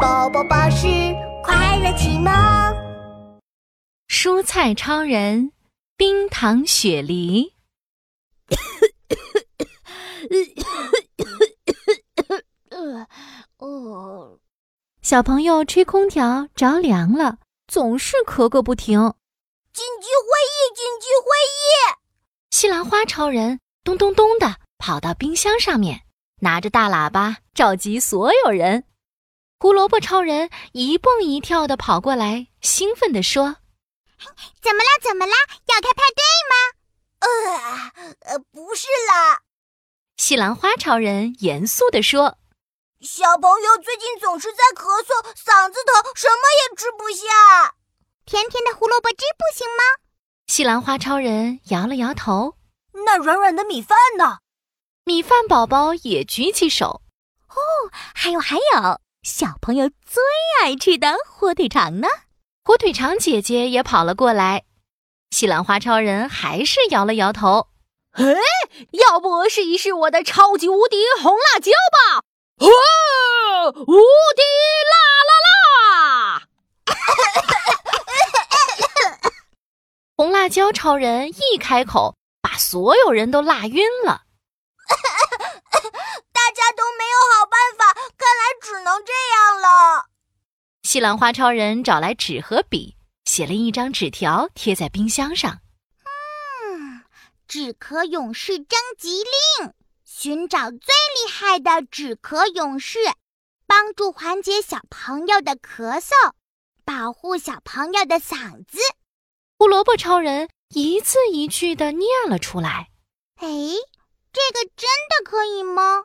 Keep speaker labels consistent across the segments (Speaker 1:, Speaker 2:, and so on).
Speaker 1: 宝宝巴士快乐启蒙。
Speaker 2: 蔬菜超人，冰糖雪梨。
Speaker 1: 呃，哦，
Speaker 2: 小朋友吹空调着凉了，总是咳个不停。
Speaker 1: 紧急会议，紧急会议。
Speaker 2: 西兰花超人咚咚咚的跑到冰箱上面，拿着大喇叭召集所有人。胡萝卜超人一蹦一跳的跑过来，兴奋地说
Speaker 1: 怎么啦？怎么啦？要开派对吗？呃，呃，不是啦。：“
Speaker 2: 西兰花超人严肃地说，
Speaker 1: 小朋友最近总是在咳嗽，嗓子疼，什么也吃不下。甜甜的胡萝卜汁不行吗？
Speaker 2: 西兰花超人摇了摇头。
Speaker 1: 那软软的米饭呢？
Speaker 2: 米饭宝宝也举起手，
Speaker 1: 还有还有，小朋友最爱吃的火腿肠呢？
Speaker 2: 火腿肠姐姐也跑了过来。西兰花超人还是摇了摇头。
Speaker 1: 要不试一试我的超级无敌红辣椒吧？
Speaker 3: 哦，无敌啦啦啦！
Speaker 2: 红辣椒超人一开口，把所有人都辣晕了。
Speaker 1: 大家都没有好办法，看来只能这样了。
Speaker 2: 西兰花超人找来纸和笔，写了一张纸条贴在冰箱上。
Speaker 1: 嗯，止咳勇士征集令，寻找最厉害的止咳勇士，帮助缓解小朋友的咳嗽，保护小朋友的嗓子。
Speaker 2: 胡萝卜超人一字一句地念了出来。
Speaker 1: 哎，这个真的可以吗？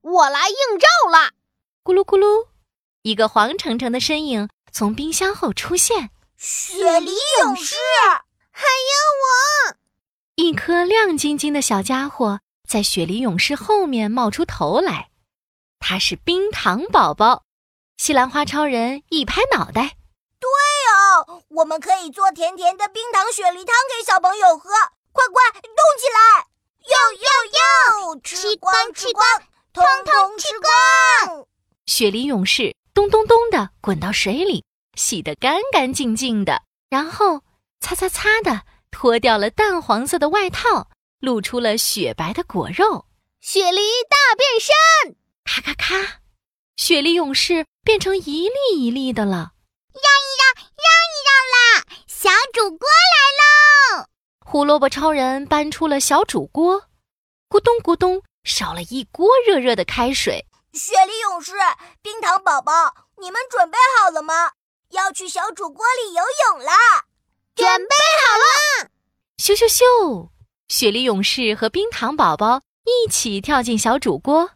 Speaker 3: 我来应召啦！
Speaker 2: 咕噜咕噜，一个黄澄澄的身影从冰箱后出现，
Speaker 1: 雪梨勇士，
Speaker 2: 一颗亮晶晶的小家伙在雪梨勇士后面冒出头来。他是冰糖宝宝。西兰花超人一拍脑袋，
Speaker 1: 还有，哦我们可以做甜甜的冰糖雪梨汤给小朋友喝。快快动起来！哟哟哟！吃光吃光，通通吃光！
Speaker 2: 雪梨勇士咚咚咚地滚到水里，洗得干干净净的，然后擦擦擦地脱掉了淡黄色的外套，露出了雪白的果肉。
Speaker 1: 雪梨大变身。
Speaker 2: 咔咔咔，雪梨勇士变成一粒一粒的了。
Speaker 1: 小主锅，
Speaker 2: 胡萝卜超人搬出了小煮锅，咕咚咕咚烧了一锅热热的开水。
Speaker 1: 雪梨勇士、冰糖宝宝，你们准备好了吗？要去小主锅里游泳啦！准备。
Speaker 2: 咻咻咻！雪梨勇士和冰糖宝宝一起跳进小煮锅。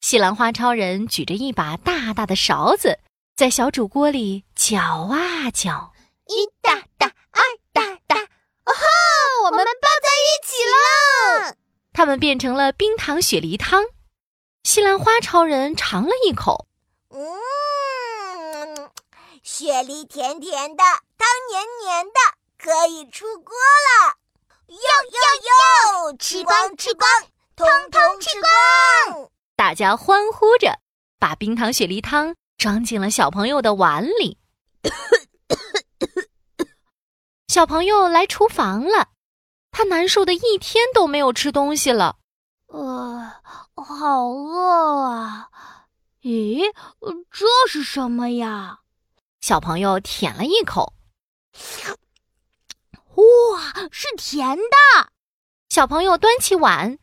Speaker 2: 西兰花超人举着一把大大的勺子，在小煮锅里搅啊搅。
Speaker 1: 一哒哒，二哒哒，哦吼！我们抱在一起了。
Speaker 2: 它们变成了冰糖雪梨汤。西兰花超人尝了一口，
Speaker 1: 嗯，雪梨甜甜的，汤黏黏的，可以出锅了。哟哟哟！吃光吃光，通通吃光！
Speaker 2: 大家欢呼着把冰糖雪梨汤装进了小朋友的碗 里。小朋友来厨房了，他难受的一天都没有吃东西了。
Speaker 3: 呃，好饿啊！咦，
Speaker 1: 呃
Speaker 3: 这是什么呀？
Speaker 2: 小朋友舔了一口，
Speaker 3: 哇，是甜的！
Speaker 2: 小朋友端起碗，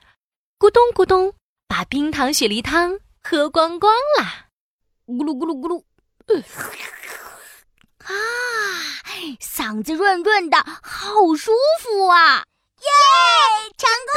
Speaker 2: 咕咚咕咚，把冰糖雪梨汤喝光光啦！
Speaker 3: 咕噜咕噜咕噜，啊，嗓子润润的，好舒服啊！
Speaker 1: 哎，成功